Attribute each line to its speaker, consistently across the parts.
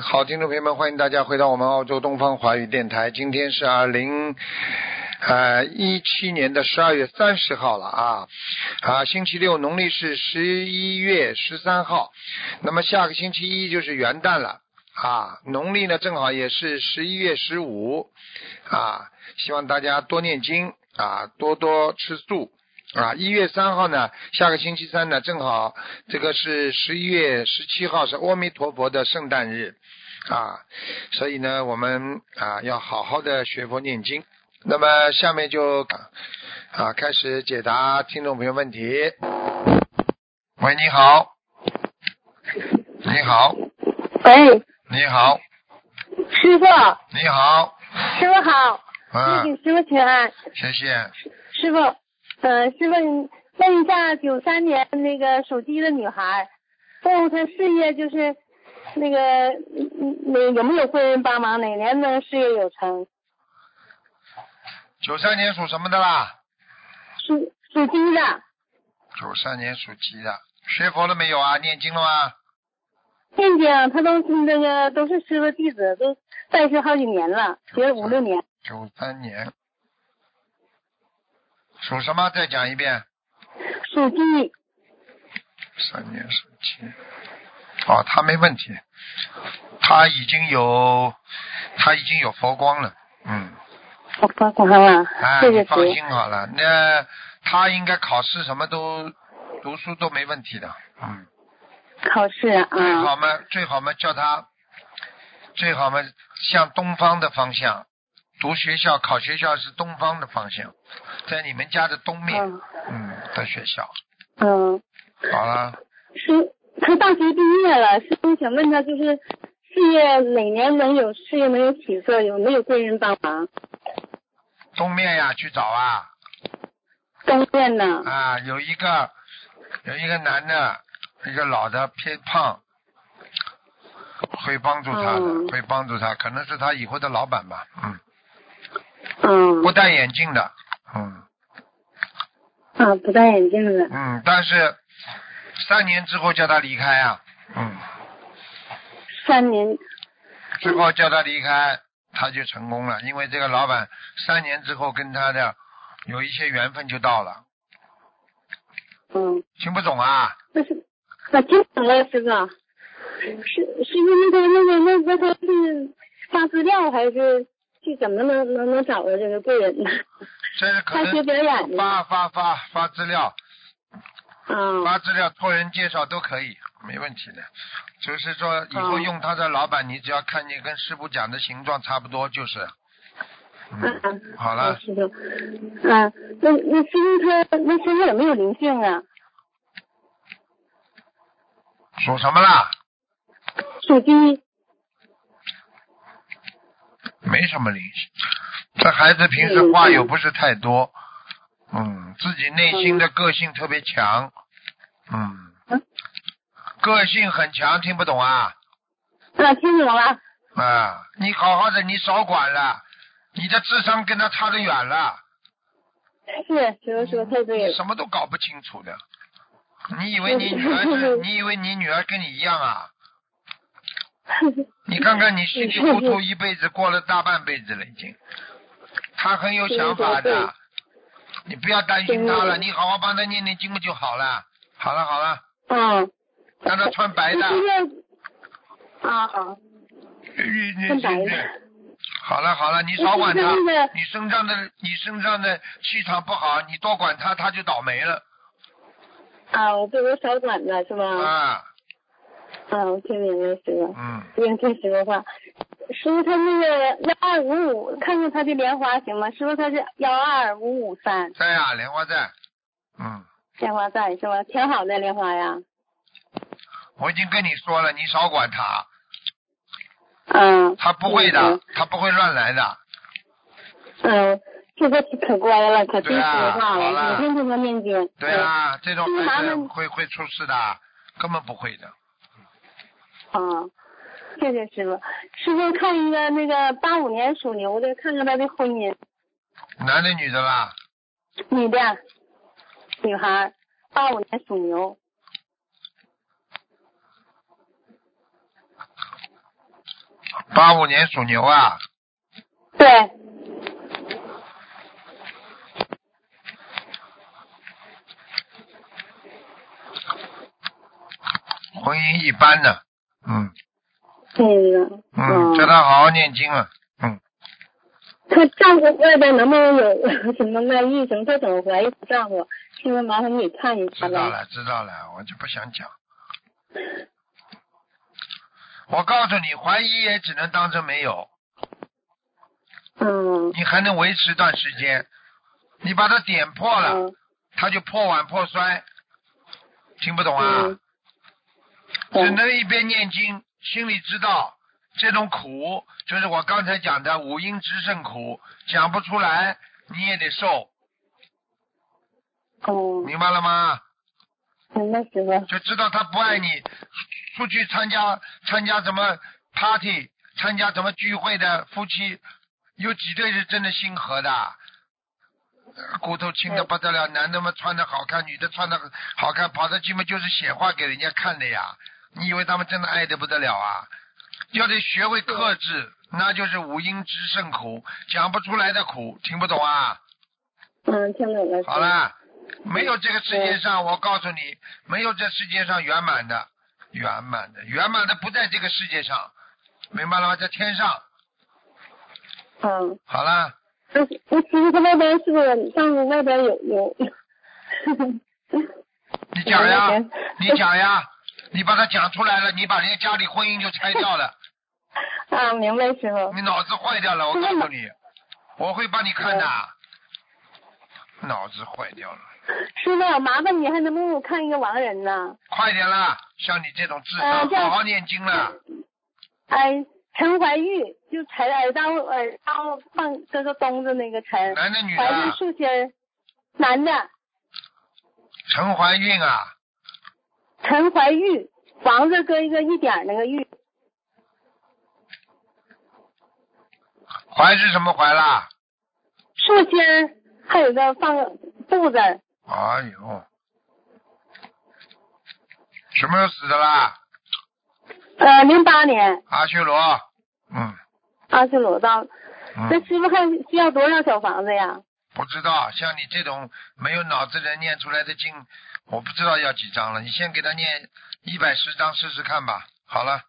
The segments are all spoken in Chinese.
Speaker 1: 好，听众朋友们，欢迎大家回到我们澳洲东方华语电台。今天是二零呃一七年的十二月三十号了啊啊，星期六，农历是十一月十三号。那么下个星期一就是元旦了啊，农历呢正好也是十一月十五啊，希望大家多念经啊，多多吃素。啊，一月三号呢，下个星期三呢，正好这个是十一月十七号，是阿弥陀佛的圣诞日啊，所以呢，我们啊要好好的学佛念经。那么下面就啊开始解答听众朋友问题。喂，你好，你好，
Speaker 2: 喂，
Speaker 1: 你好，
Speaker 2: 师傅，
Speaker 1: 你好，
Speaker 2: 师傅好，
Speaker 1: 啊，
Speaker 2: 弟子师傅请安。
Speaker 1: 谢谢。
Speaker 2: 师傅，呃，师傅你问一下，九三年那个属鸡的女孩，问问她事业就是那个嗯嗯那有没有贵人帮忙，哪年能事业有成？
Speaker 1: 九三年属什么的啦？
Speaker 2: 属属鸡的，
Speaker 1: 九三年属鸡的，学佛了没有啊？念经了吗？
Speaker 2: 念经，她都那个都是师傅弟子，都拜师好几年了，学了五六年。
Speaker 1: 九三年，属什么？再讲一遍。
Speaker 2: 属鸡，
Speaker 1: 三年属鸡。哦，他没问题，他已经有，他已经有佛光了。嗯，
Speaker 2: 我发光了
Speaker 1: 啊，，
Speaker 2: 谢
Speaker 1: 你
Speaker 2: 谢
Speaker 1: 放
Speaker 2: 师
Speaker 1: 心好了，那他应该考试什么都读书都没问题的。嗯，
Speaker 2: 傅。考试啊，
Speaker 1: 最好嘛，最好嘛，叫他最好嘛，向东方的方向读学校，考学校是东方的方向，在你们家的东面，
Speaker 2: 嗯
Speaker 1: 嗯，的学校。
Speaker 2: 嗯。
Speaker 1: 好了，
Speaker 2: 师，他大学毕业了，师傅想问他就是事业哪年能有事业能有起色，有没有贵人帮忙？
Speaker 1: 东面呀，去找啊
Speaker 2: 东面呢？
Speaker 1: 啊，有一个有一个男的，一个老的偏胖，会帮助他的，
Speaker 2: 嗯
Speaker 1: 会帮助他，可能是他以后的老板吧，嗯，
Speaker 2: 嗯
Speaker 1: 不戴眼镜的，嗯
Speaker 2: 啊，不戴眼镜的。
Speaker 1: 嗯，但是三年之后叫他离开啊，嗯，
Speaker 2: 三年
Speaker 1: 最后叫他离开，他就成功了，因为这个老板三年之后跟他的有一些缘分就到了，
Speaker 2: 嗯，
Speaker 1: 听不懂啊？
Speaker 2: 那是那听懂了，师傅。是是因为他那个那那他是发资料还是去怎么能能能找着这个贵人呢？
Speaker 1: 这是可
Speaker 2: 他学
Speaker 1: 能
Speaker 2: 表演的
Speaker 1: 发发发发资料。
Speaker 2: 啊
Speaker 1: 发资料、托人介绍都可以，没问题的。就是说，以后
Speaker 2: 哦
Speaker 1: 用他的老板，你只要看见跟师傅讲的形状差不多就是。嗯，
Speaker 2: 嗯，
Speaker 1: 好了，
Speaker 2: 师傅，啊，那那师傅他那身上有没有灵性啊？
Speaker 1: 属什么啦？
Speaker 2: 属鸡。
Speaker 1: 没什么灵性。这孩子平
Speaker 2: 嗯
Speaker 1: 时话又不是太多，嗯，自己内心的个性特别强，嗯
Speaker 2: 嗯，
Speaker 1: 个性很强，听不懂啊？
Speaker 2: 啊，听懂了。
Speaker 1: 啊，你好好的，你少管了，你的智商跟他差得远了。
Speaker 2: 是，师傅说太对
Speaker 1: 你
Speaker 2: 了。
Speaker 1: 什么都搞不清楚的。你以为你女儿 是？你以为你女儿跟你一样啊？你看看你稀里糊涂一辈子过了大半辈子了已经。她很有想法的，你不要担心她了，你好好帮她念念经不就好了？好了好了，
Speaker 2: 嗯。
Speaker 1: 让她穿白的。
Speaker 2: 这个。啊好， 穿白的。
Speaker 1: 好了好了，你少管她
Speaker 2: 那那个，
Speaker 1: 你身上的你身上的气场不好，你多管她，她就倒霉了
Speaker 2: 啊，我被我少管了是吧？
Speaker 1: 啊。
Speaker 2: 啊，我听明白师傅，
Speaker 1: 嗯，
Speaker 2: 不用听师傅话。师傅他那个幺二五五，看看他的莲花行吗？师傅他是幺二五五三
Speaker 1: 在呀、莲花在。嗯。
Speaker 2: 莲花在是吧？挺好的莲花呀。
Speaker 1: 我已经跟你说了，你少管他，
Speaker 2: 嗯。
Speaker 1: 他不会的，他不会乱来的。
Speaker 2: 嗯，这个可乖了，可听
Speaker 1: 对
Speaker 2: 师
Speaker 1: 啊
Speaker 2: 傅话
Speaker 1: 好了
Speaker 2: 了，每天跟他念经。
Speaker 1: 对
Speaker 2: 嗯
Speaker 1: 啊，这种孩子
Speaker 2: 那麻烦
Speaker 1: 会会出事的，根本不会的。
Speaker 2: 啊，谢谢师傅。师傅看一个那个八五年属牛的，看看他的婚姻，
Speaker 1: 男的女的啦，
Speaker 2: 女的，女孩，八五年属牛，
Speaker 1: 八五年属牛啊，
Speaker 2: 对，
Speaker 1: 婚姻一般的，嗯
Speaker 2: 对了，
Speaker 1: 嗯，叫他好好念经啊，嗯，
Speaker 2: 啊她丈夫外边能不能有什么外遇什么？她总怀疑她丈夫，请问麻烦你看一下
Speaker 1: 知道
Speaker 2: 吧。
Speaker 1: 了知道了，我就不想讲。我告诉你，怀疑也只能当成没有，
Speaker 2: 嗯，
Speaker 1: 你还能维持一段时间。你把它点破了，
Speaker 2: 嗯
Speaker 1: 它就破碗破摔。听不懂啊？
Speaker 2: 嗯
Speaker 1: 只
Speaker 2: 嗯
Speaker 1: 能一边念经，心里知道这种苦就是我刚才讲的五阴之胜苦，讲不出来你也得受，
Speaker 2: 嗯，
Speaker 1: 明白了吗？
Speaker 2: 明白嗯师傅。
Speaker 1: 就知道他不爱你，出去参加参加什么 party，参加什么聚会的夫妻，有几对是真的心合的？呃骨头轻的
Speaker 2: 嗯
Speaker 1: 不得了，男的嘛穿的好看，女的穿的好看，跑到去嘛就是显化给人家看的呀。你以为他们真的爱的不得了啊？要得学会克制，那就是五阴之胜苦，讲不出来的苦，听不懂啊？
Speaker 2: 嗯，听懂了。师傅
Speaker 1: 好。啦，没有这个世界上，我告诉你，没有这世界上圆满的，圆满的，圆满的不在这个世界上，明白了吗？在天上。
Speaker 2: 嗯，
Speaker 1: 好啦，
Speaker 2: 那那其实他外边是不是你丈夫外边有有？
Speaker 1: 你讲呀
Speaker 2: 嗯，
Speaker 1: 你讲呀，你把它讲出来了，你把人家家里婚姻就拆掉 了，
Speaker 2: 啊，明白师傅。
Speaker 1: 你脑子坏掉了，我告诉你，我会帮你看的。脑子坏掉了，
Speaker 2: 师傅，麻烦你还能不能给我看一个亡人呢？
Speaker 1: 快点啦！像你这种智
Speaker 2: 呃
Speaker 1: 商，
Speaker 2: 这样
Speaker 1: 好好念经了。
Speaker 2: 哎，陈怀玉，就陈耳当耳当放这个东子那个陈，
Speaker 1: 男的女的
Speaker 2: 嗯怀玉
Speaker 1: 啊？
Speaker 2: 树心儿，男的，
Speaker 1: 陈怀孕啊？
Speaker 2: 陈怀玉，王字搁一个一点儿那个玉，
Speaker 1: 怀是什么怀啦？
Speaker 2: 树心儿还有个放个布字儿，
Speaker 1: 哎呦，什么时候死的啦？
Speaker 2: 呃，零八年
Speaker 1: 阿修罗，嗯
Speaker 2: 阿修罗道。那
Speaker 1: 嗯，
Speaker 2: 师傅看需要多少小房子呀？
Speaker 1: 不知道，像你这种没有脑子人念出来的经，我不知道要几张了。你先给他念一百十张试试看吧。好了，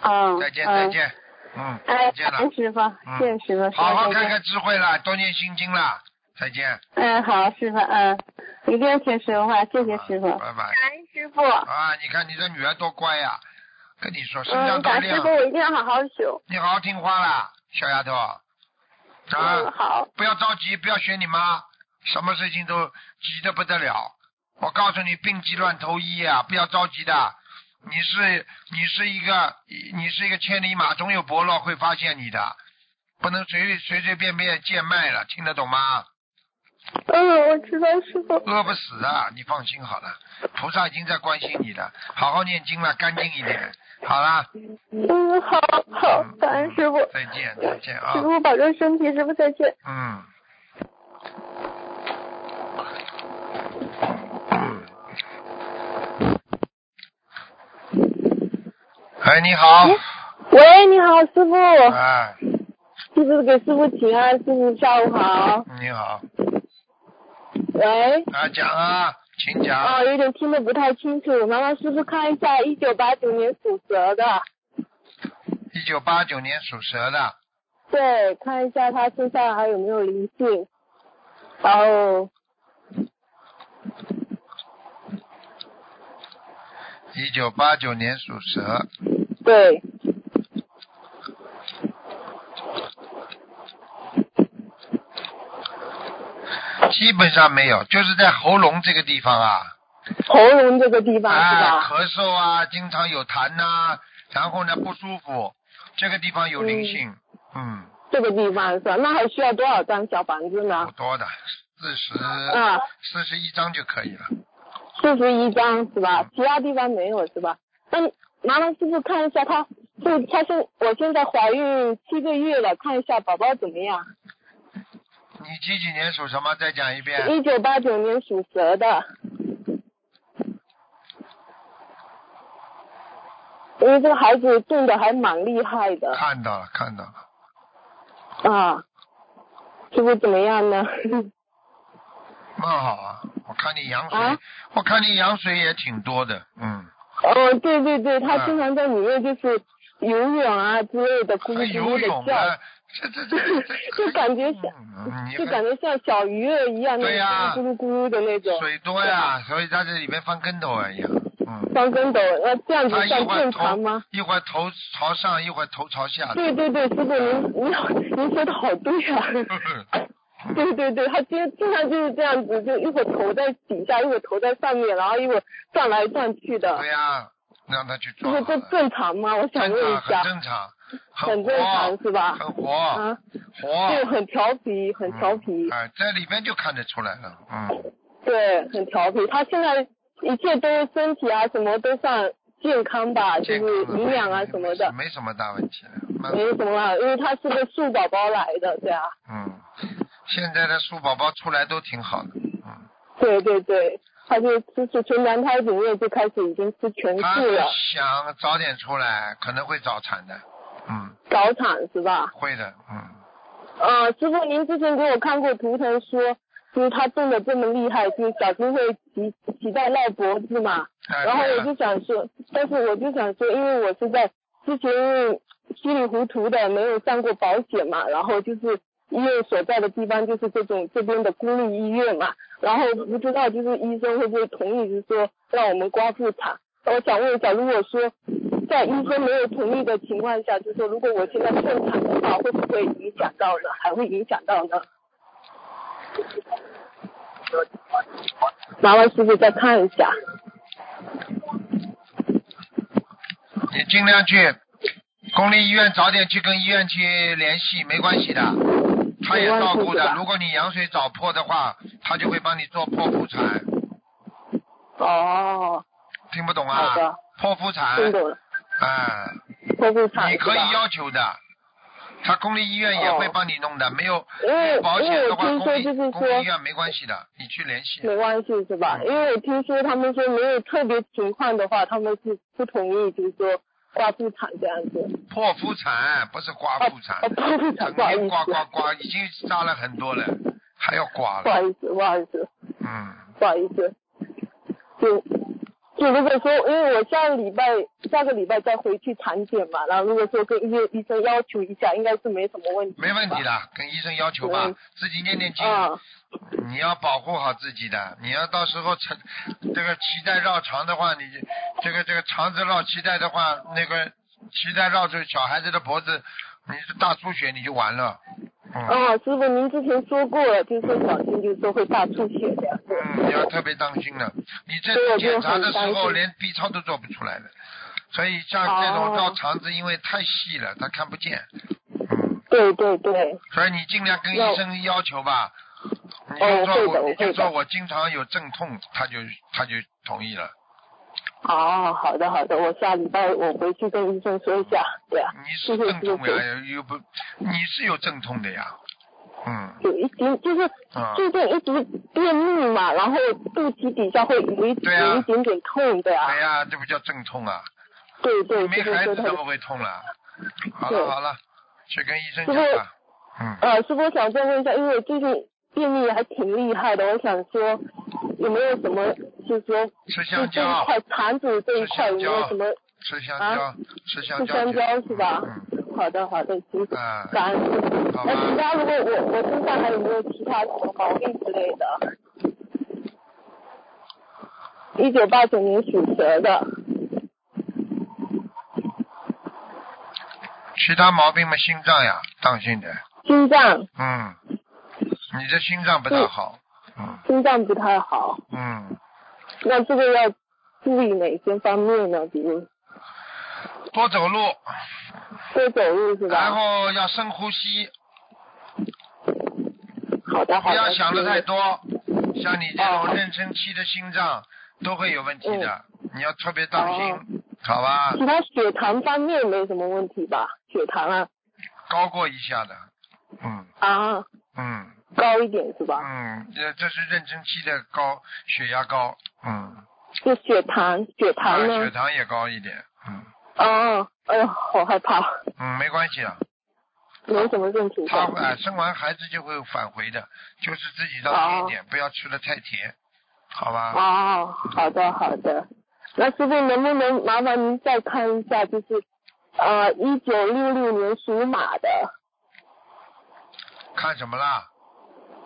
Speaker 2: 啊，
Speaker 1: 再见
Speaker 2: 嗯
Speaker 1: 再。见，嗯，
Speaker 2: 哎，
Speaker 1: 再见了嗯
Speaker 2: 感，恩师傅，谢谢师傅，师
Speaker 1: 好好
Speaker 2: 傅
Speaker 1: 开
Speaker 2: 再
Speaker 1: 开
Speaker 2: 见。
Speaker 1: 智慧啦，多念心经啦，再见。
Speaker 2: 嗯，好，师傅，嗯，一定要听师傅话，谢谢师傅。
Speaker 1: 啊拜拜。
Speaker 2: 恩师傅，
Speaker 1: 啊，你看你这女儿多乖呀、跟你说身上都
Speaker 2: 嗯，感恩
Speaker 1: 亮
Speaker 2: 师，傅，我一定要好好修。
Speaker 1: 你好好听话啦，小丫头。啊。
Speaker 2: 嗯，好，
Speaker 1: 不要着急，不要学你妈，什么事情都急得不得了。我告诉你，病急乱投医啊，不要着急的。你是你是一个你是一个千里马，总有伯乐会发现你的，不能随随随便便贱卖了，听得懂吗？
Speaker 2: 嗯，我知道师傅。
Speaker 1: 饿不死的，你放心好了，菩萨已经在关心你了，好好念经了，干净一点，好啦，
Speaker 2: 嗯，好好，感恩师傅，
Speaker 1: 再见再见啊。
Speaker 2: 师傅保重身体，师傅再见。
Speaker 1: 嗯。哎，你好，
Speaker 2: 喂，你好，师傅，
Speaker 1: 哎，
Speaker 2: 弟子给师傅请安，师傅下午好。
Speaker 1: 你好，
Speaker 2: 喂，
Speaker 1: 啊，讲啊，请
Speaker 2: 啊、
Speaker 1: 讲，
Speaker 2: 有点听得不太清楚，麻烦师傅看一下，一九八九年属蛇的，
Speaker 1: 一九八九年属蛇的，
Speaker 2: 对，看一下他身上还有没有灵性，然后
Speaker 1: 一九八九年属蛇，
Speaker 2: 对，
Speaker 1: 基本上没有，就是在喉咙这个地方啊，
Speaker 2: 喉咙这个地方是
Speaker 1: 哎，
Speaker 2: 吧？
Speaker 1: 咳嗽啊，经常有痰呐、然后呢不舒服，这个地方有灵性，嗯，
Speaker 2: 这个地方是吧？那还需要多少张小房子
Speaker 1: 不
Speaker 2: 呢？
Speaker 1: 多的，四十，
Speaker 2: 啊，
Speaker 1: 四十一张就可以了。
Speaker 2: 四十一张是吧？其他地方没有是吧？那麻烦师傅看一下他，就他是我现在怀孕七个月了，看一下宝宝怎么样？
Speaker 1: 你几几年属什么？再讲一遍。
Speaker 2: 一九八九年属蛇的，因为这个孩子动的还蛮厉害的
Speaker 1: 看到了，看到了，
Speaker 2: 啊，师傅怎么样呢？
Speaker 1: 蛮好啊。我看你羊水，
Speaker 2: 啊
Speaker 1: 我看你羊水也挺多的，嗯，
Speaker 2: 哦，对对对，他
Speaker 1: 嗯
Speaker 2: 经常在里面就是游泳啊之类的，咕
Speaker 1: 还
Speaker 2: 噜咕
Speaker 1: 游
Speaker 2: 噜的
Speaker 1: 泳
Speaker 2: 叫
Speaker 1: 呢，，这这这这，
Speaker 2: 就感 觉像
Speaker 1: 嗯，你
Speaker 2: 就
Speaker 1: 还
Speaker 2: 感觉像小鱼儿一样，那
Speaker 1: 对呀
Speaker 2: 种咕噜咕噜的那种，
Speaker 1: 水多呀，所以他这里面翻跟头而已啊，嗯，
Speaker 2: 翻跟斗，那这样子
Speaker 1: 他一
Speaker 2: 算
Speaker 1: 会儿
Speaker 2: 正常吗
Speaker 1: 头？一会儿头朝上，一会儿头朝下的，
Speaker 2: 对对对，师傅您您好您说的好对啊， 对对对，他经经常就是这样子，就一会儿头在底下，一会儿头在上面，然后一会儿转来转去的
Speaker 1: 对，呀，让他去
Speaker 2: 就
Speaker 1: 撞好
Speaker 2: 是这
Speaker 1: 了，
Speaker 2: 正常吗？我想
Speaker 1: 正
Speaker 2: 问一
Speaker 1: 常，
Speaker 2: 下
Speaker 1: 很，正常，
Speaker 2: 很
Speaker 1: 活
Speaker 2: 正常，是吧？
Speaker 1: 很活
Speaker 2: 啊，对，
Speaker 1: 活，
Speaker 2: 很调皮，很调皮
Speaker 1: 嗯，哎，在里面就看得出来了，嗯，
Speaker 2: 对，很调皮。他现在一切都是身体啊，什么都算健康吧，就
Speaker 1: 健康
Speaker 2: 是
Speaker 1: 的
Speaker 2: 营养啊什么的，
Speaker 1: 没什么大问题的，蛮
Speaker 2: 没什么啊，因为他是个素宝宝来的，对啊，
Speaker 1: 嗯，现在的树宝宝出来都挺好的，嗯，
Speaker 2: 对对对，他就就是从南胎里面就开始已经吃全
Speaker 1: 他
Speaker 2: 素
Speaker 1: 是
Speaker 2: 了，
Speaker 1: 想早点出来，可能会早产的，嗯，
Speaker 2: 早产是吧？
Speaker 1: 会的，嗯，
Speaker 2: 呃，师傅您之前给我看过图腾说。就是他动的这么厉害，就是小心会脐脐带绕脖子嘛，
Speaker 1: 哎，
Speaker 2: 然后
Speaker 1: 对
Speaker 2: 我
Speaker 1: 了
Speaker 2: 就想说，但是我就想说，因为我是在之前因为稀里糊涂的没有上过保险嘛，然后就是医院所在的地方就是这种这边的公立医院嘛，然后不知道就是医生会不会同意，就是说让我们刮妇产。我想问一下，如果说在医生没有同意的情况下，就是说如果我现在顺产的话，会不会影响到呢？还会影响到呢？麻烦师傅再看一下。
Speaker 1: 你尽量去公立医院早点去跟医院去联系，没关系的，他也照顾
Speaker 2: 没关系是
Speaker 1: 的。
Speaker 2: 吧
Speaker 1: 如果你羊水早破的话，他就会帮你做剖腹产，
Speaker 2: 哦，
Speaker 1: 听不懂
Speaker 2: 好
Speaker 1: 啊
Speaker 2: 的？
Speaker 1: 剖腹产，
Speaker 2: 听懂了。
Speaker 1: 啊、
Speaker 2: 剖腹产
Speaker 1: 你可以
Speaker 2: 是吧
Speaker 1: 要求的，他公立医院也会
Speaker 2: 哦
Speaker 1: 帮你弄的，没有
Speaker 2: 因为
Speaker 1: 保
Speaker 2: 因
Speaker 1: 险
Speaker 2: 为
Speaker 1: 的
Speaker 2: 我
Speaker 1: 话，
Speaker 2: 听
Speaker 1: 公
Speaker 2: 说
Speaker 1: 立
Speaker 2: 就是
Speaker 1: 公立嗯医
Speaker 2: 说
Speaker 1: 院没关系的，你去联系。
Speaker 2: 没关系是吧？因为我听说他们说没有特别情况的话，他们是不同意，就是说刮妇产这样子。
Speaker 1: 剖腹产不是刮
Speaker 2: 哦
Speaker 1: 腹产
Speaker 2: 哦，，剖腹
Speaker 1: 整
Speaker 2: 产，不好
Speaker 1: 天
Speaker 2: 意
Speaker 1: 刮刮
Speaker 2: 思，
Speaker 1: 刮，已经扎了很多了，还要刮
Speaker 2: 不好
Speaker 1: 了，
Speaker 2: 意思，不好意思，
Speaker 1: 嗯。
Speaker 2: 不好意思。就就如果说，因为我下个礼拜下个礼拜再回去产检嘛，然后如果说跟医院医生要求一下，应该是没什么问题。
Speaker 1: 没问题。的，跟医生要求吧
Speaker 2: 嗯，
Speaker 1: 自己念念经，
Speaker 2: 啊，
Speaker 1: 你要保护好自己的。你要到时候成这个脐带绕肠的话，你这个这个肠子绕脐带的话，那个脐带绕住小孩子的脖子，你是大出血你就完了。嗯
Speaker 2: 哦，师傅，您之前说过了，就是说小心，就是说会大出血的。
Speaker 1: 嗯，你要特别当心了。你这
Speaker 2: 对
Speaker 1: 次
Speaker 2: 我就
Speaker 1: 检查
Speaker 2: 很
Speaker 1: 的时
Speaker 2: 担
Speaker 1: 候
Speaker 2: 心
Speaker 1: 连 B 超都做不出来的，所以像这种
Speaker 2: 哦
Speaker 1: 绕肠子因为太细了，他看不见。嗯。
Speaker 2: 对对对，
Speaker 1: 所以你尽量跟
Speaker 2: 那
Speaker 1: 医生要求吧。你就
Speaker 2: 哦
Speaker 1: 说
Speaker 2: 会的
Speaker 1: 我，你
Speaker 2: 我会
Speaker 1: 就
Speaker 2: 的
Speaker 1: 说我经常有阵痛，他就他就同意了。
Speaker 2: 哦，好的好的，我下礼拜我回去跟医生说一下，对啊，
Speaker 1: 你是
Speaker 2: 谢谢
Speaker 1: 阵
Speaker 2: 谢
Speaker 1: 痛呀
Speaker 2: 谢，，
Speaker 1: 又不，你是有阵痛的呀。嗯
Speaker 2: 有一点就是
Speaker 1: 啊，
Speaker 2: 最近一直便秘嘛，然后肚脐底下会有一
Speaker 1: 对啊
Speaker 2: 有一点点痛的啊
Speaker 1: 对，哎呀，这不叫阵痛啊！
Speaker 2: 对对，
Speaker 1: 没
Speaker 2: 师傅
Speaker 1: 孩
Speaker 2: 说
Speaker 1: 子
Speaker 2: 他
Speaker 1: 怎么会痛了？好
Speaker 2: 对
Speaker 1: 了好了，去跟医生
Speaker 2: 师
Speaker 1: 讲
Speaker 2: 傅
Speaker 1: 吧。嗯，
Speaker 2: 呃，师傅想再问一下，因为我最近便秘还挺厉害的，我想说有没有什么就是说
Speaker 1: 吃
Speaker 2: 就
Speaker 1: 香
Speaker 2: 嗯这一
Speaker 1: 蕉，
Speaker 2: 块肠子这一块有
Speaker 1: 吃香
Speaker 2: 没有
Speaker 1: 蕉
Speaker 2: 什么
Speaker 1: 吃香
Speaker 2: 啊
Speaker 1: 蕉，吃香
Speaker 2: 是
Speaker 1: 蕉。
Speaker 2: 香蕉是吧？
Speaker 1: 嗯
Speaker 2: 好的好的，行，
Speaker 1: 啊，
Speaker 2: 感恩师傅。
Speaker 1: 好
Speaker 2: 那其
Speaker 1: 吧。
Speaker 2: 他如果我我身上还有没有其他什么毛病之类的？一九八九年属蛇的，
Speaker 1: 其他毛病嘛，心脏呀，当心点。
Speaker 2: 心脏
Speaker 1: 嗯，你的心脏不大好。嗯
Speaker 2: 心脏不太好，
Speaker 1: 嗯，
Speaker 2: 那这个要注意哪些方面呢？比如
Speaker 1: 多走路，
Speaker 2: 多走路是
Speaker 1: 然
Speaker 2: 吧？
Speaker 1: 后要深呼吸，
Speaker 2: 好的
Speaker 1: 不
Speaker 2: 好的，
Speaker 1: 要想的太
Speaker 2: 谢谢
Speaker 1: 多。像你这种
Speaker 2: 哦
Speaker 1: 妊娠期的心脏都会有问题的，
Speaker 2: 嗯
Speaker 1: 你要特别当
Speaker 2: 哦
Speaker 1: 心，好吧？
Speaker 2: 其他血糖方面没什么问题吧？血糖啊
Speaker 1: 高过一下的，嗯
Speaker 2: 啊
Speaker 1: 嗯
Speaker 2: 高一点是吧？
Speaker 1: 嗯，这这是妊娠期的高血压高，嗯，
Speaker 2: 就血糖血
Speaker 1: 啊
Speaker 2: 糖呢？
Speaker 1: 哎血糖也高一点，嗯，
Speaker 2: 哦，哎呦，好害怕，
Speaker 1: 嗯，没关系的，
Speaker 2: 没什么问题
Speaker 1: 他
Speaker 2: 的。
Speaker 1: 啊生完孩子就会返回的，就是自己要甜一点，不要吃的太甜，好吧？
Speaker 2: 哦，好的好的。那师傅能不能麻烦您再看一下，就是呃，一九六六年属马的，
Speaker 1: 看什么啦？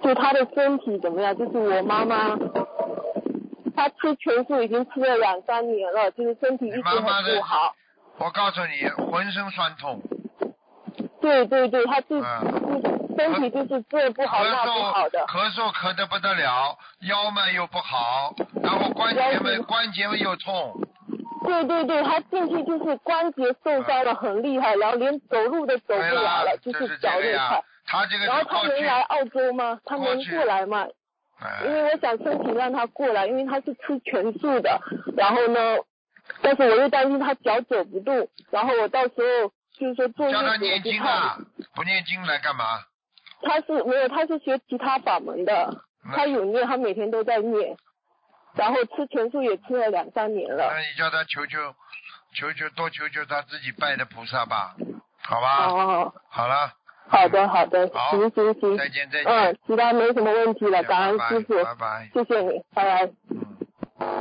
Speaker 2: 就她的身体怎么样？就是我妈妈，她吃全素已经吃了两三年了，就是身体一直很不好。
Speaker 1: 我告诉你，浑身酸痛，
Speaker 2: 对对对，她自己
Speaker 1: 嗯，
Speaker 2: 身体就是这不好
Speaker 1: 咳
Speaker 2: 那不好
Speaker 1: 嗽
Speaker 2: 啊的。
Speaker 1: 咳嗽咳得不得了，腰嘛又不好，然后关节
Speaker 2: 腰
Speaker 1: 们
Speaker 2: 部
Speaker 1: 关节们又痛，
Speaker 2: 对对对，她进去就是关节受伤了很厉害，然后连走路都走不
Speaker 1: 对
Speaker 2: 了
Speaker 1: 了
Speaker 2: 了，，
Speaker 1: 就是这
Speaker 2: 脚
Speaker 1: 个
Speaker 2: 也
Speaker 1: 哎呀
Speaker 2: 快。，
Speaker 1: 他这个
Speaker 2: 然后
Speaker 1: 是
Speaker 2: 她
Speaker 1: 过
Speaker 2: 能
Speaker 1: 去，
Speaker 2: 来澳洲吗？她
Speaker 1: 过
Speaker 2: 能
Speaker 1: 去
Speaker 2: 过来吗？因
Speaker 1: 哎，
Speaker 2: 为我想申请让他过来，因为他是吃全素的，然后呢，但是我又担心他脚走不动，然后我到时候就是说坐
Speaker 1: 叫他
Speaker 2: 月
Speaker 1: 念
Speaker 2: 子我不
Speaker 1: 经
Speaker 2: 怕
Speaker 1: 啊。，不念经来干嘛？
Speaker 2: 他是没有，他是学其他法门的，
Speaker 1: 那
Speaker 2: 他有念，他每天都在念，然后吃全素也吃了两三年了
Speaker 1: 那。你叫他求求求求多求求他自己拜的菩萨吧，好吧？
Speaker 2: 哦，
Speaker 1: 好了，
Speaker 2: 好的好的，
Speaker 1: 好
Speaker 2: 行行行，
Speaker 1: 再见再见。
Speaker 2: 嗯，其他没什么问题了，感恩
Speaker 1: 拜
Speaker 2: 师傅，
Speaker 1: 拜拜。
Speaker 2: 谢谢你，拜拜。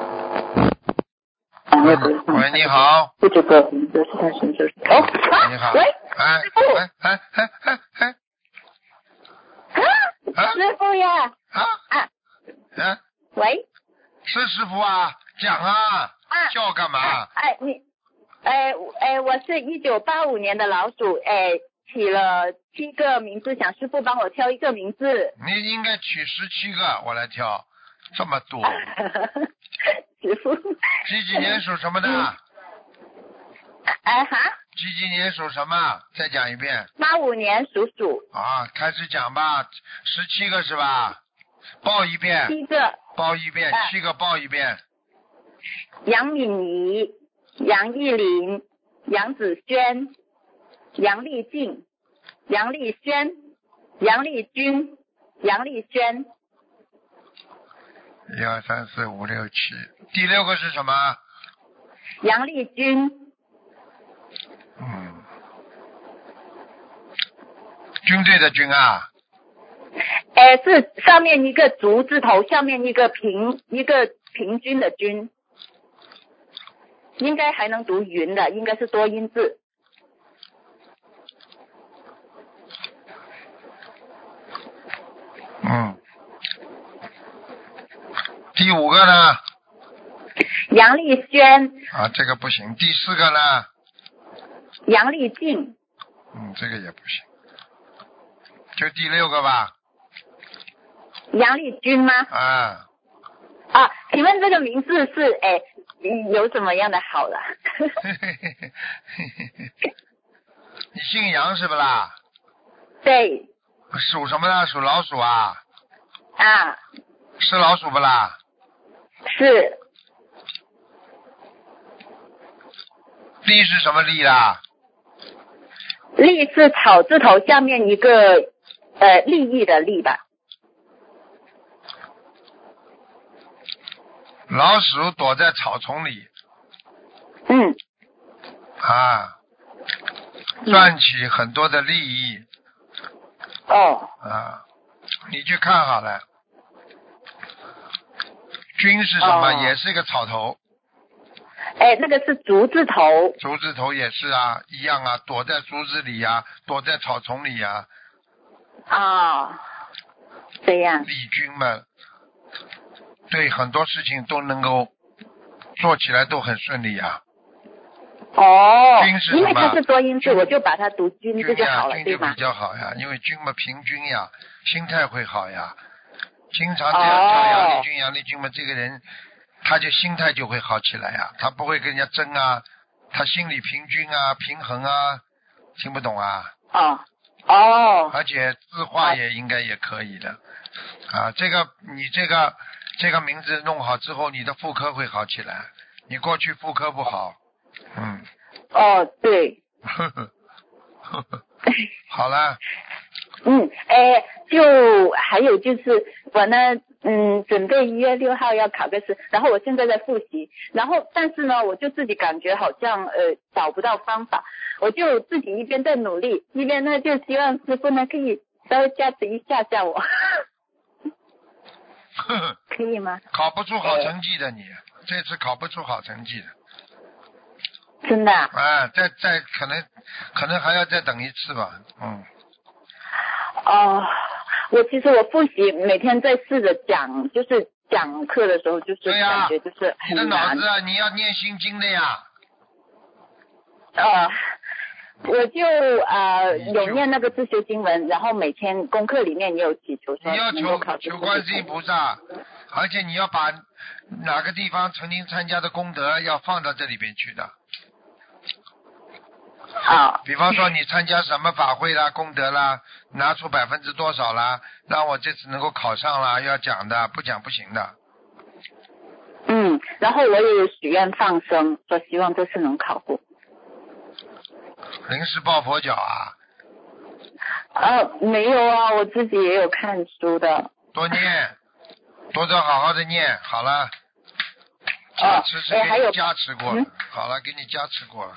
Speaker 1: 喂，你好，
Speaker 3: 不这个的是他什么时候？哦，
Speaker 1: 你
Speaker 2: 啊
Speaker 1: 好，
Speaker 3: 喂，
Speaker 1: 哎
Speaker 3: 师
Speaker 1: 哎
Speaker 3: 傅
Speaker 1: 哎哎哎哎啊
Speaker 3: 师傅呀，
Speaker 1: 啊
Speaker 3: 啊
Speaker 1: 啊！
Speaker 3: 喂，
Speaker 1: 是师傅啊，讲啊，
Speaker 3: 啊，
Speaker 1: 叫干嘛？
Speaker 3: 哎，你，哎，哎，我是一九八五年的老鼠，哎，起了七个名字，想师傅帮我挑一个名字。
Speaker 1: 你应该取十七个，我来挑，这么 多。
Speaker 3: 师傅，
Speaker 1: 哦几几年属什么的？
Speaker 3: 哎哈，
Speaker 1: 几几年属什么？再讲一遍
Speaker 3: 八五年属鼠，
Speaker 1: 啊！开始讲吧，十七个是吧？报一遍，
Speaker 3: 七个
Speaker 1: 报一遍，
Speaker 3: 哎
Speaker 1: 七个报一遍。
Speaker 3: 杨敏仪、杨艺林、杨子轩、杨丽静、杨丽轩、杨丽君、杨丽轩，
Speaker 1: 一二三四五六七，第六个是什么？
Speaker 3: 杨丽君，
Speaker 1: 嗯，军队的军啊，
Speaker 3: 哎，是上面一个竹字头，下面一个平，一个平均的均，应该还能读云的，应该是多音字。
Speaker 1: 嗯。第五个呢？
Speaker 3: 杨丽轩、
Speaker 1: 啊，这个不行。第四个呢？
Speaker 3: 杨丽静，
Speaker 1: 嗯，这个也不行。就第六个吧。
Speaker 3: 杨丽君吗？
Speaker 1: 啊，
Speaker 3: 啊，请问这个名字是哎有什么样的好了？
Speaker 1: 嘿嘿嘿嘿嘿嘿嘿。你姓杨是不啦？
Speaker 3: 对
Speaker 1: 属什么呢？属老鼠啊？
Speaker 3: 啊，
Speaker 1: 是老鼠不啦？
Speaker 3: 是
Speaker 1: 力是什么力啦？
Speaker 3: 利是草字头下面一个呃利益的利吧？
Speaker 1: 老鼠躲在草丛里
Speaker 3: 嗯，
Speaker 1: 啊，赚取很多的利益
Speaker 3: 哦，
Speaker 1: 啊，你去看好了。军是什么？
Speaker 3: 哦
Speaker 1: 也是一个草头，
Speaker 3: 哎，那个是竹字头，
Speaker 1: 竹字头也是啊，一样啊，躲在竹子里呀、躲在草丛里呀、
Speaker 3: 啊，这样
Speaker 1: 李军嘛，对很多事情都能够做起来都很顺利呀、
Speaker 3: 哦
Speaker 1: 君是，什么
Speaker 3: 因为它是多音字，
Speaker 1: 君
Speaker 3: 我就把它读君字
Speaker 1: 军
Speaker 3: 就
Speaker 1: 呀、
Speaker 3: 好了，
Speaker 1: 军
Speaker 3: 对
Speaker 1: 就比
Speaker 3: 吗？
Speaker 1: 较好呀，因为军嘛平均呀，心态会好呀。经常这样
Speaker 3: 哦
Speaker 1: 叫杨丽君、杨丽君嘛，这个人他就心态就会好起来呀，他不会跟人家争啊，他心里平均啊、平衡啊，听不懂啊？
Speaker 3: 哦哦
Speaker 1: 而且字画也应该也可以的，啊，这个你这个这个名字弄好之后，你的妇科会好起来。你过去妇科不好，嗯，
Speaker 3: 哦，对，
Speaker 1: 呵呵，呵呵，好了，
Speaker 3: 嗯，哎，就还有就是我呢，嗯，准备一月六号要考个试，然后我现在在复习，然后但是呢，我就自己感觉好像呃找不到方法，我就自己一边在努力，一边呢就希望师傅呢可以稍微加持一下下我，
Speaker 1: 呵呵
Speaker 3: 可以吗？
Speaker 1: 考不出
Speaker 3: 哎
Speaker 1: 好成绩的你，这次考不出好成绩的，
Speaker 3: 真的啊、
Speaker 1: 啊，再再可能可能还要再等一次吧，嗯，
Speaker 3: 哦，我其实我复习每天在试着讲，就是讲课的时候，就是
Speaker 1: 对呀
Speaker 3: 感觉就是
Speaker 1: 你的
Speaker 3: 很
Speaker 1: 脑
Speaker 3: 难。
Speaker 1: 子啊，你要念心经的呀，
Speaker 3: 呃，我就呃
Speaker 1: 你
Speaker 3: 有
Speaker 1: 就
Speaker 3: 念那个自修经文，然后每天功课里面也有祈求说
Speaker 1: 你要
Speaker 3: 能够
Speaker 1: 求
Speaker 3: 考出
Speaker 1: 求
Speaker 3: 好
Speaker 1: 观
Speaker 3: 成
Speaker 1: 世
Speaker 3: 绩
Speaker 1: 音菩萨，而且你要把哪个地方曾经参加的功德要放到这里边去的。
Speaker 3: 啊，
Speaker 1: 比方说你参加什么法会啦、功德啦，拿出百分之多少啦，让我这次能够考上啦，要讲的，不讲不行的。
Speaker 3: 嗯，然后我也有许愿放生，说希望这次能考过。
Speaker 1: 临时抱佛脚啊，
Speaker 3: 呃，没有啊，我自己也有看书的。
Speaker 1: 多念，多多好好的念，好了。加
Speaker 3: 哦
Speaker 1: 持是
Speaker 3: 啊哎还
Speaker 1: 给你
Speaker 3: 有
Speaker 1: 加持过了，
Speaker 3: 嗯
Speaker 1: 好了，给你加持过了。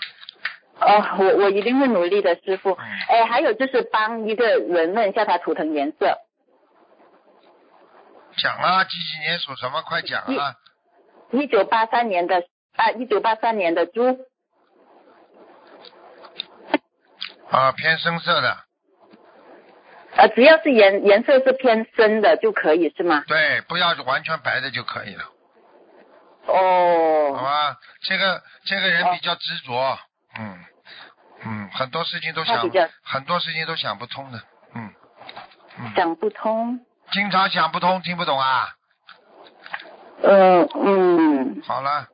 Speaker 3: 哦，我我一定会努力的，师傅。
Speaker 1: 嗯
Speaker 3: 哎，还有就是帮一个人问一下他图腾颜色，
Speaker 1: 讲啊，几几年属什么？快讲啊！
Speaker 3: 一九八三年的啊，一九八三年的猪，
Speaker 1: 啊，偏深色的，
Speaker 3: 呃，只要是颜颜色是偏深的就可以是吗？
Speaker 1: 对，不要完全白的就可以了，好
Speaker 3: 哦，
Speaker 1: 吧？这个这个人
Speaker 3: 哦
Speaker 1: 比较执着，嗯嗯，很多事情都
Speaker 3: 他
Speaker 1: 想
Speaker 3: 比较
Speaker 1: 很多事情都想不通的，嗯嗯，
Speaker 3: 想不通。
Speaker 1: 经常想不通，听不懂啊？
Speaker 3: 嗯嗯，
Speaker 1: 好了，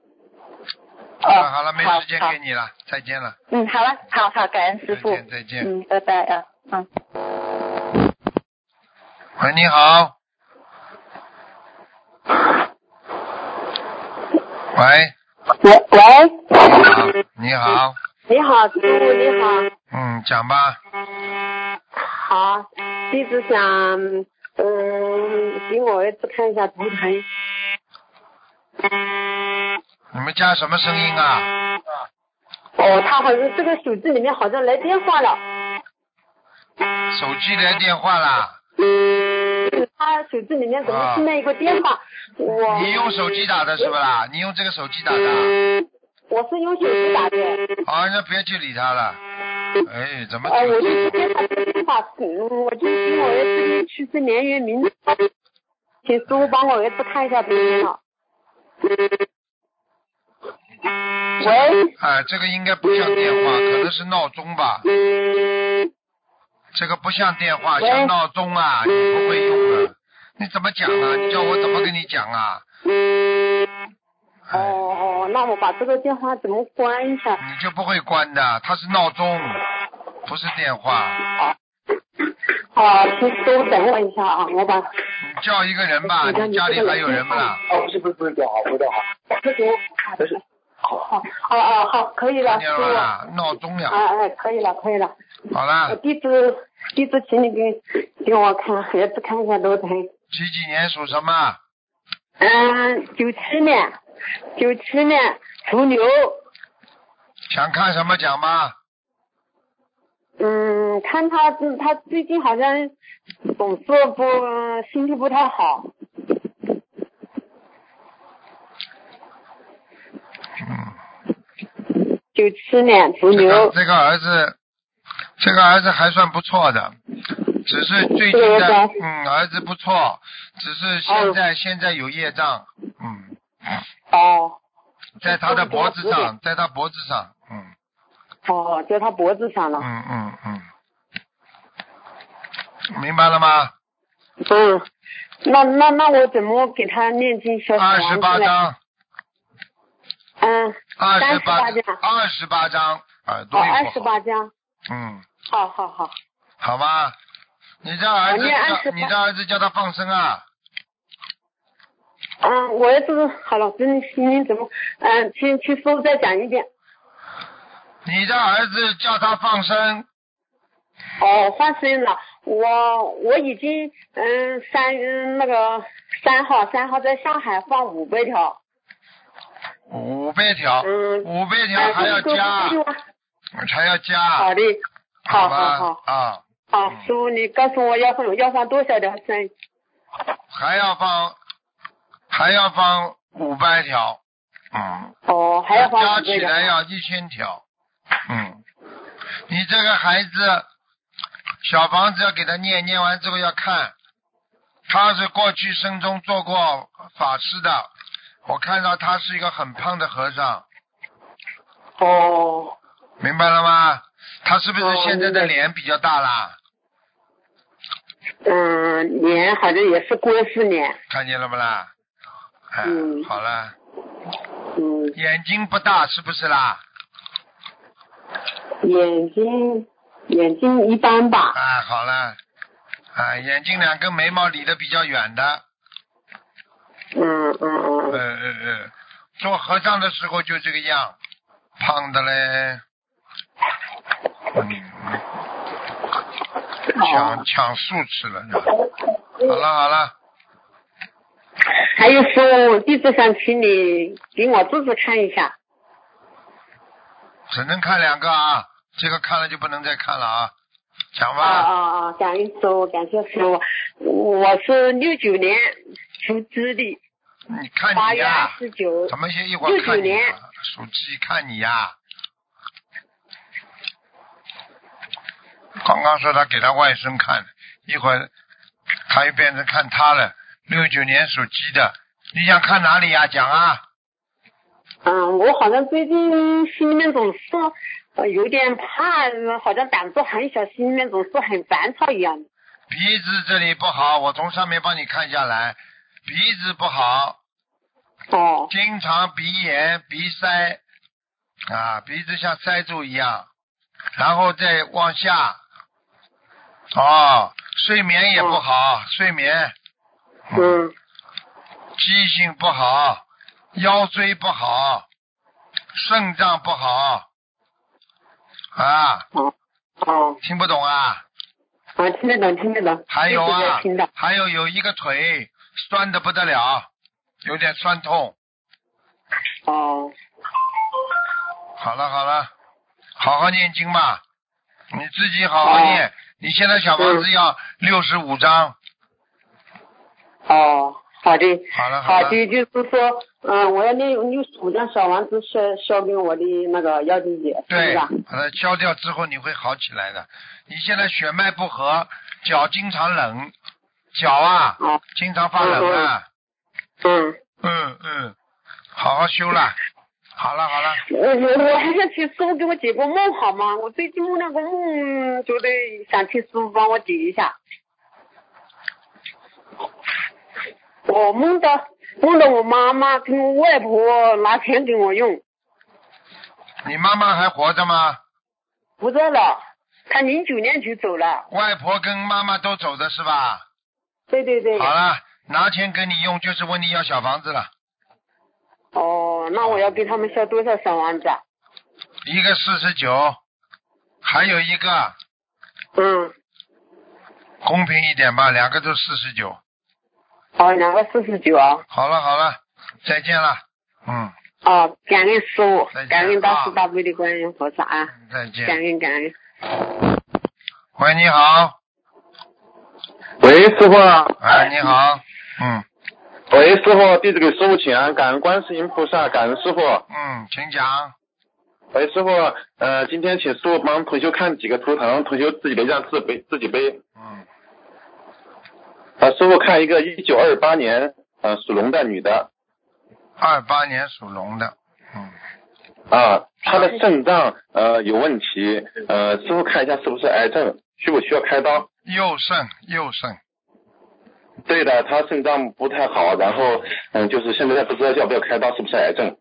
Speaker 3: 哦，
Speaker 1: 好了好了，没时间
Speaker 3: 好
Speaker 1: 给你了，再见了，
Speaker 3: 嗯，好了，好好，感恩师
Speaker 1: 再
Speaker 3: 傅。
Speaker 1: 见再见。
Speaker 3: 嗯，拜拜啊，嗯。
Speaker 1: 喂，你好。喂，
Speaker 4: 喂喂，
Speaker 1: 你好，
Speaker 4: 你好，师傅你好。
Speaker 1: 嗯，讲吧，
Speaker 4: 好，弟子想，嗯，给我儿子看一下图腾。
Speaker 1: 你们家什么声音啊？
Speaker 4: 哦，他好像这个手机里面好像来电话了，
Speaker 3: 嗯
Speaker 1: 手机来电话啦，
Speaker 4: 嗯他手机里面怎么进来一个电话？我
Speaker 1: 你用手机打的是不啦？你用这个手机打的啊？
Speaker 4: 我是用手机打的，
Speaker 1: 啊，那别去理他了。哎，怎么
Speaker 4: 呃，我
Speaker 1: 就
Speaker 4: 就直接打这个电话，嗯，我就给我儿子的去世年月名，请师傅帮我儿子看一下图腾好。喂，
Speaker 1: 哎，这个应该不像电话，可能是闹钟吧。这个不像电话，
Speaker 4: 嗯喂
Speaker 1: 像闹钟啊，你不会用啊？你怎么讲啊？你叫我怎么跟你讲啊？哎，
Speaker 4: 嗯哦哦，那我把这个电话怎么关一下？
Speaker 1: 你就不会关的，它是闹钟，不是电话。
Speaker 4: 好，啊请师傅等我一下啊，我把。
Speaker 1: 你叫一个人吧，你家里还有人不啦？
Speaker 5: 啊，不是不是不是掉好，不是掉好，不是
Speaker 4: 好，哦哦，好，可以
Speaker 1: 看
Speaker 4: 了，
Speaker 1: 见
Speaker 4: 师
Speaker 1: 了
Speaker 4: 傅。啊
Speaker 1: 吧？闹钟呀。
Speaker 4: 哎，可以了，可以了。
Speaker 1: 好
Speaker 4: 我
Speaker 1: 了，
Speaker 4: 地址地址，请你给给我看，孩子看一下楼层。
Speaker 1: 几几年属什么？
Speaker 4: 嗯，九七年，九七年属牛。
Speaker 1: 想看什么讲吗？
Speaker 4: 嗯，看他他最近好像总是不呃心情不太好。九七年属
Speaker 1: 这
Speaker 4: 牛
Speaker 1: 个。这个儿子，这个儿子还算不错的，只是最近
Speaker 4: 这个
Speaker 1: 的
Speaker 4: 儿子
Speaker 1: 嗯，儿子不错，只是现在、现在有业障，嗯，
Speaker 4: 哦
Speaker 1: 在他的脖子
Speaker 4: 这个儿
Speaker 1: 上，在他脖子上，嗯
Speaker 4: 哦，在他脖子上了。
Speaker 1: 嗯嗯嗯，明白了吗？
Speaker 4: 嗯，那那那我怎么给他念经消
Speaker 1: 二十
Speaker 4: 小
Speaker 1: 八
Speaker 4: 房子呢？
Speaker 1: 张，
Speaker 4: 嗯，
Speaker 1: 二十八
Speaker 4: 38张，
Speaker 1: 二十八张，耳
Speaker 4: 哦，
Speaker 1: 朵
Speaker 4: 二
Speaker 1: 又
Speaker 4: 十
Speaker 1: 不好，
Speaker 4: 八张，
Speaker 1: 嗯，
Speaker 4: 好好好，
Speaker 1: 好吧，你这儿子
Speaker 4: 哦我念
Speaker 1: 叫，
Speaker 4: 28
Speaker 1: 你这儿子叫他放生啊，
Speaker 4: 嗯，我儿子好了，真的您怎么，嗯，请请师傅再讲一遍，
Speaker 1: 你的儿子叫他放生，
Speaker 4: 哦，换声音了。我我已经嗯三嗯那个三号三号在上海放五百条，
Speaker 1: 五百条，
Speaker 4: 嗯，
Speaker 1: 五百
Speaker 4: 哎
Speaker 1: 条还要
Speaker 4: 师傅
Speaker 1: 加，
Speaker 4: 师傅
Speaker 1: 还要加，
Speaker 4: 好的，
Speaker 1: 好
Speaker 4: 好好
Speaker 1: 吧
Speaker 4: 好，
Speaker 1: 啊，
Speaker 4: 好，师傅你告诉我要放要放多少条声？
Speaker 1: 还要放，还要放五百条，嗯，
Speaker 4: 哦，还要放
Speaker 1: 加
Speaker 4: 五
Speaker 1: 起
Speaker 4: 百条
Speaker 1: 来。要一千条，嗯，你这个孩子，小房子要给他念，念完之后要看，他是过去生中做过法师的，我看到他是一个很胖的和尚，
Speaker 4: 哦，
Speaker 1: 明白了吗？他是不是
Speaker 4: 哦
Speaker 1: 现在的
Speaker 4: 明白
Speaker 1: 脸比较大啦？
Speaker 4: 嗯，年好像也是过四年，
Speaker 1: 看见了不啦？哎、
Speaker 4: 嗯
Speaker 1: 好了，
Speaker 4: 嗯，
Speaker 1: 眼睛不大是不是啦？
Speaker 4: 眼睛眼睛一般吧。
Speaker 1: 啊，好了，啊，眼睛两根眉毛离得比较远的，
Speaker 4: 嗯嗯
Speaker 1: 呃
Speaker 4: 嗯，
Speaker 1: 呃呃，做和尚的时候就这个样，胖的嘞，嗯，抢抢素吃了，好了好了，
Speaker 4: 还有师傅，我弟子想请你给我肚子看一下。
Speaker 1: 只能看两个啊，这个看了就不能再看了啊，讲吧，
Speaker 4: 啊啊啊！感恩师傅，感谢师傅。我是六九年属鸡的，
Speaker 1: 你看
Speaker 4: 八
Speaker 1: 你
Speaker 4: 月
Speaker 1: 呀、
Speaker 4: 二十九。
Speaker 1: 啊怎么先一会儿看
Speaker 4: 69
Speaker 1: 你啊
Speaker 4: 年
Speaker 1: 属鸡看你呀、刚刚说他给他外甥看，一会儿他又变成看他了。六九年属鸡的，你想看哪里呀、讲啊，
Speaker 4: 嗯，我好像最近心里面总是呃有点怕，好像胆子很小，心里面总是很烦躁一样。
Speaker 1: 鼻子这里不好，我从上面帮你看下来，鼻子不好，
Speaker 4: 哦
Speaker 1: 经常鼻炎、鼻塞啊，鼻子像塞住一样，然后再往下，哦，睡眠也不好，睡眠，
Speaker 4: 嗯，
Speaker 1: 记性不好，腰椎不好，肾脏不好，啊，
Speaker 4: 哦，
Speaker 1: 听不懂啊？
Speaker 4: 啊，听得懂，听得懂，
Speaker 1: 还有
Speaker 4: 一直
Speaker 1: 啊
Speaker 4: 在听的，
Speaker 1: 还有有一个腿酸的不得了，有点酸痛。
Speaker 4: 哦，
Speaker 1: 好了好了，好好念经吧，你自己好好念。你现在小房子
Speaker 4: 嗯
Speaker 1: 要六十五张，
Speaker 4: 哦，好的，
Speaker 1: 好了
Speaker 4: 好
Speaker 1: 了，
Speaker 4: 的，就是说，嗯，我要那有有五张小王子烧烧给我的那个幺姐姐，是不
Speaker 1: 对，
Speaker 4: 是啊？
Speaker 1: 把它消掉之后你会好起来的。你现在血脉不和，脚经常冷，脚啊
Speaker 4: 哦，
Speaker 1: 经常发冷啊，
Speaker 4: 嗯，
Speaker 1: 嗯嗯，好好修了。好了好了，
Speaker 4: 我我我还想请师傅给我解个梦好吗？我最近梦那个梦，觉得想请师傅帮我解一下。我哦梦到梦到我妈妈跟我外婆拿钱给我用，
Speaker 1: 你妈妈还活着吗？
Speaker 4: 不在了，她零九年就走了。
Speaker 1: 外婆跟妈妈都走的是吧？
Speaker 4: 对对对。
Speaker 1: 好了，拿钱给你用就是问你要小房子了，
Speaker 4: 哦，那我要给他们烧多少小王子？啊？
Speaker 1: 一个四十九，还有一个
Speaker 4: 嗯，
Speaker 1: 公平一点吧，两个都四十九。
Speaker 4: 哦，两个四十九啊。
Speaker 1: 好了好了，再见了，嗯，
Speaker 4: 哦，感恩师傅
Speaker 1: 再见，
Speaker 4: 感恩大慈
Speaker 1: 啊
Speaker 4: 大悲的观音菩萨啊，
Speaker 1: 再见。
Speaker 4: 感恩感恩。
Speaker 1: 喂，你好，
Speaker 6: 喂，师傅啊！
Speaker 1: 哎，你。好，嗯
Speaker 6: 喂，师傅，弟子给师傅请安，感恩观世音菩萨，感恩师傅。
Speaker 1: 嗯，请讲。
Speaker 6: 喂，师傅，呃，今天请师傅帮同修看几个图腾，同修自己背上自背自己背。
Speaker 1: 嗯，
Speaker 6: 啊，师傅看一个一九二八年，呃，属龙的女的，
Speaker 1: 二八年属龙的，嗯，
Speaker 6: 啊，她的肾脏呃有问题，呃，师傅看一下是不是癌症，需不需要开刀？
Speaker 1: 右肾右 肾，
Speaker 6: 对的，她肾脏不太好，然后嗯、就是现在不知道要不要开刀，是不是癌症？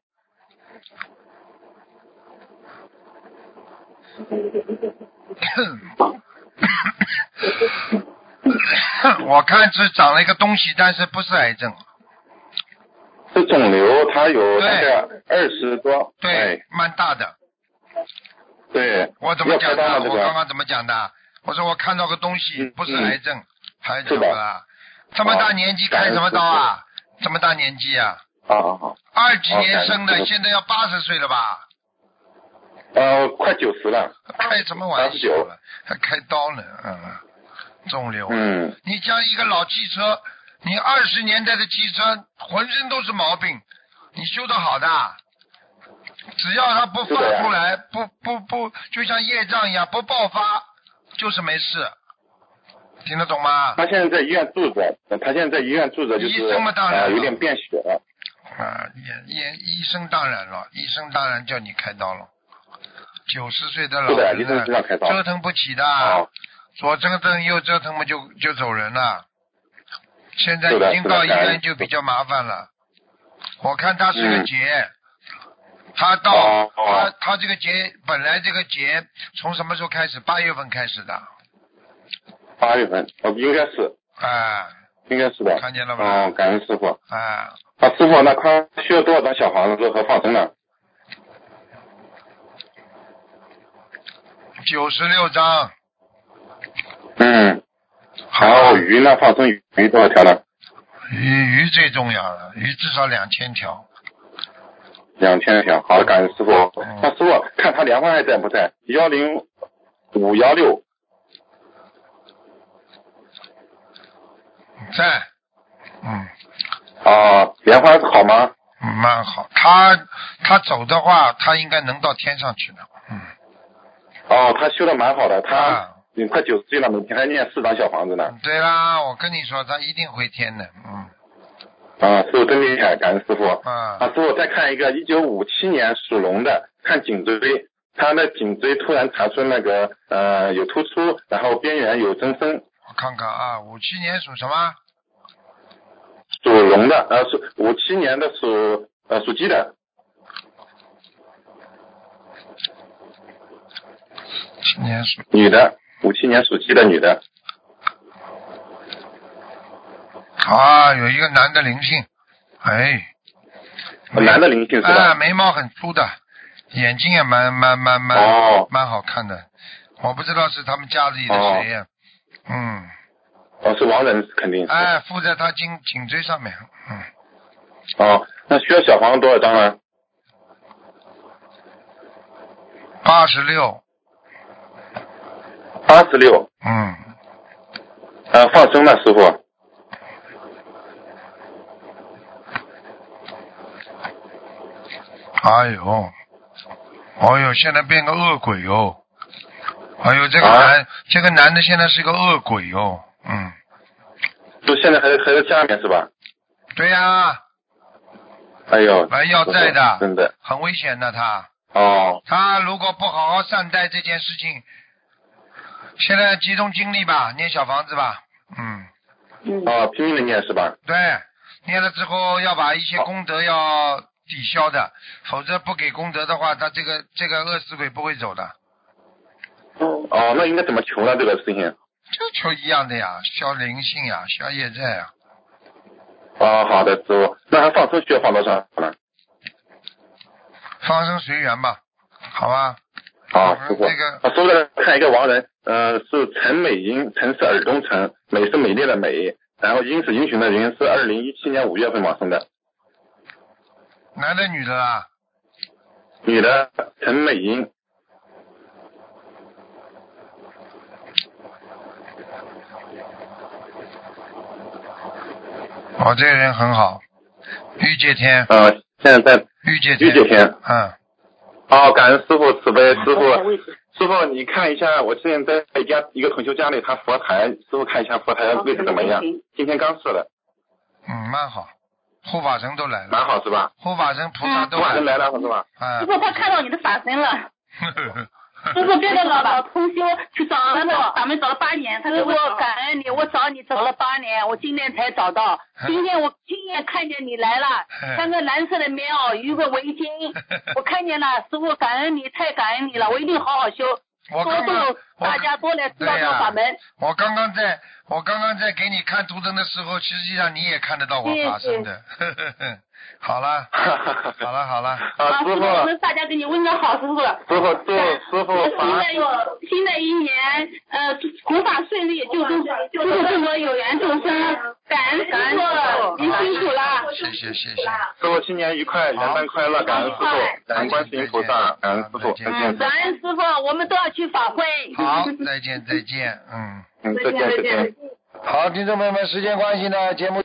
Speaker 1: 我看是长了一个东西，但是不是癌症，
Speaker 6: 是肿瘤，她有大
Speaker 1: 对
Speaker 6: 概二十多，
Speaker 1: 对，
Speaker 6: 哎
Speaker 1: 蛮大的。
Speaker 6: 对，
Speaker 1: 我怎么讲
Speaker 6: 要开刀
Speaker 1: 的？
Speaker 6: 吗这
Speaker 1: 我刚
Speaker 6: 个啊
Speaker 1: 刚怎么讲的？我说我看到个东西，
Speaker 6: 嗯
Speaker 1: 不是癌症，还
Speaker 6: 是
Speaker 1: 怎
Speaker 6: 的
Speaker 1: 么了？啊这么大年纪开什么刀啊？这么大年纪啊？
Speaker 6: 啊啊啊！
Speaker 1: 二几年生
Speaker 6: 哦感
Speaker 1: 的，
Speaker 6: 恩
Speaker 1: 现在要八十岁了吧？
Speaker 6: 呃，快九十了，
Speaker 1: 开什么玩笑了？还开刀呢？嗯，肿瘤。啊
Speaker 6: 嗯，
Speaker 1: 你像一个老汽车，你二十年代的汽车浑身都是毛病，你修得好的啊，只要它不发
Speaker 6: 是的呀
Speaker 1: 出来，不不不，就像业障一样不爆发，就是没事，听得懂吗？
Speaker 6: 他现在在医院住着，呃他现在在医院住着，就
Speaker 1: 医
Speaker 6: 是
Speaker 1: 生嘛当然
Speaker 6: 呃
Speaker 1: 了
Speaker 6: 有点便血了，
Speaker 1: 啊，也也医生当然了，医生当然叫你开刀了。九十岁的老
Speaker 6: 是的
Speaker 1: 人
Speaker 6: 医生知道开刀
Speaker 1: 折腾不起的，
Speaker 6: 啊，
Speaker 1: 左折腾右折腾嘛就就走人了。现在
Speaker 6: 是的
Speaker 1: 已经
Speaker 6: 是的
Speaker 1: 到医
Speaker 6: 感
Speaker 1: 院
Speaker 6: 恩
Speaker 1: 就比较麻烦了。我看他是个
Speaker 6: 嗯
Speaker 1: 劫，他到、
Speaker 6: 哦
Speaker 1: 他
Speaker 6: 哦
Speaker 1: 他这个劫本来这个劫从什么时候开始？八月份开始的，
Speaker 6: 八月份，哦，应该是，
Speaker 1: 啊
Speaker 6: 应该是的。
Speaker 1: 看见了吧
Speaker 6: 哦，感恩师傅。
Speaker 1: 啊，
Speaker 6: 啊，师傅，那他需要多少张小房子和放生呢？
Speaker 1: 九十六章，
Speaker 6: 嗯，
Speaker 1: 好
Speaker 6: 然后鱼呢？放生鱼鱼多少条呢？
Speaker 1: 鱼鱼最重要了，鱼至少两千条。
Speaker 6: 两千条。好，感恩师傅
Speaker 1: 嗯。
Speaker 6: 那师傅看他莲花还在不在？幺零五幺六
Speaker 1: 在，嗯，
Speaker 6: 啊，莲花好吗？
Speaker 1: 蛮好。他他走的话，他应该能到天上去的。嗯，
Speaker 6: 哦，他修的蛮好的，他
Speaker 1: 啊
Speaker 6: 你快九十岁了，每天还念四张小房子呢。
Speaker 1: 对啦，我跟你说，他一定回天的。嗯
Speaker 6: 啊，师傅真厉害，感恩师傅。
Speaker 1: 啊
Speaker 6: 啊，师傅再看一个，一九五七年属龙的，看颈椎，他的颈椎突然查出那个呃有突出，然后边缘有增生，
Speaker 1: 我看看啊，五七年属什么？
Speaker 6: 属龙的，呃，属五七年的属呃属鸡的，
Speaker 1: 七年属
Speaker 6: 女的，五七年属鸡的女的，
Speaker 1: 啊，有一个男的灵性，哎，
Speaker 6: 男的灵性是
Speaker 1: 啊，
Speaker 6: 吧？
Speaker 1: 眉毛很粗的，眼睛也蛮蛮蛮蛮、
Speaker 6: 哦
Speaker 1: 蛮好看的，我不知道是他们家里的谁呀、嗯，
Speaker 6: 哦，是亡人肯定是。
Speaker 1: 哎，附在他颈颈椎上面，嗯，
Speaker 6: 哦，那需要小房子多少张啊呢？
Speaker 1: 八十六，
Speaker 6: 八十六。
Speaker 1: 嗯，
Speaker 6: 呃，放生呢，师傅。
Speaker 1: 哎呦，哎呦，现在变个恶鬼哦，哎呦，这个
Speaker 6: 啊
Speaker 1: 男、这个男的现在是个恶鬼哦，嗯，
Speaker 6: 就现在还在还在家里面是吧？
Speaker 1: 对呀、
Speaker 6: 哎呦。
Speaker 1: 哎要债的
Speaker 6: 师傅真的。
Speaker 1: 很危险的他。
Speaker 6: 哦，
Speaker 1: 他如果不好好善待这件事情，现在集中精力吧，念小房子吧，嗯，
Speaker 6: 哦，拼命的念是吧？
Speaker 1: 对，念了之后要把一些功德要抵消的，否则不给功德的话，他这个这个恶死鬼不会走的，
Speaker 6: 哦，那应该怎么求呢？这个事情。
Speaker 1: 就求一样的呀，消灵性呀，消业债呀，
Speaker 6: 哦，好的，师傅。那他放生需要放多少啊呢？
Speaker 1: 放生随缘吧，好吧，
Speaker 6: 啊，
Speaker 1: 嗯
Speaker 6: 师傅，
Speaker 1: 这个
Speaker 6: 啊，师傅再看一个亡人，呃，是陈美英，陈是耳东陈，美是美丽的美，然后英是英雄的英，是二零一七年五月份往生的，
Speaker 1: 男的女的啊啦，
Speaker 6: 女的陈美英，
Speaker 1: 我哦这个人很好，玉界天，
Speaker 6: 呃，现在在
Speaker 1: 玉界
Speaker 6: 玉界天。
Speaker 1: 嗯，
Speaker 6: 哦，感恩师傅慈悲，师傅，师傅你看一下，我之前在一家一个同修家里，他佛台，师傅看一下佛台的位置怎么样？今天刚设的，
Speaker 1: 嗯，蛮好，护法神都来了，
Speaker 6: 蛮好是吧？
Speaker 1: 护法神菩萨
Speaker 6: 佛
Speaker 1: 都
Speaker 6: 法
Speaker 1: 来
Speaker 6: 人
Speaker 1: 了，
Speaker 6: 来了是吧？
Speaker 1: 啊
Speaker 3: 师，傅，他看到你的法身 了。
Speaker 1: 嗯
Speaker 7: 师傅，这个老老同修去找
Speaker 3: 师
Speaker 7: 了
Speaker 3: 傅
Speaker 7: 我，咱们找了八年，他啊
Speaker 3: 师傅
Speaker 7: 说我感恩你，我找你找了八年，我今天才找 到，今天我亲眼看见你 来了，穿个蓝色的棉 袄，围个围巾，我看见了，师傅感恩你，太感恩你了，我一定好好修。哎
Speaker 1: 我
Speaker 7: 多
Speaker 1: 刚刚
Speaker 7: 度
Speaker 1: 我
Speaker 7: 大家多来知道这个法门。
Speaker 1: 我刚刚在我刚刚在给你看图腾的时候，实际上你也看得到我发生的。 好了，
Speaker 6: 嗯
Speaker 1: 好了，好了，
Speaker 6: 啊，
Speaker 7: 师
Speaker 6: 师
Speaker 7: 傅，
Speaker 6: 傅，
Speaker 7: 我们大家给你问个好，师傅。
Speaker 6: 师傅，师傅，师
Speaker 7: 我
Speaker 6: 傅，
Speaker 7: 新
Speaker 6: 法
Speaker 7: 的一新的一年，呃，弘法顺利，救助救助更多有缘众生，感恩感恩，您辛苦了。
Speaker 1: 谢谢谢谢，
Speaker 6: 师傅新年愉快，元旦快乐，感恩师傅，感恩观世音菩萨，感恩师傅，再见，
Speaker 7: 感恩师傅，我们都要去法会。
Speaker 1: 好，再见再见，嗯，
Speaker 6: 嗯，再见，再见。
Speaker 1: 好，听众朋友们，时间关系呢，节目。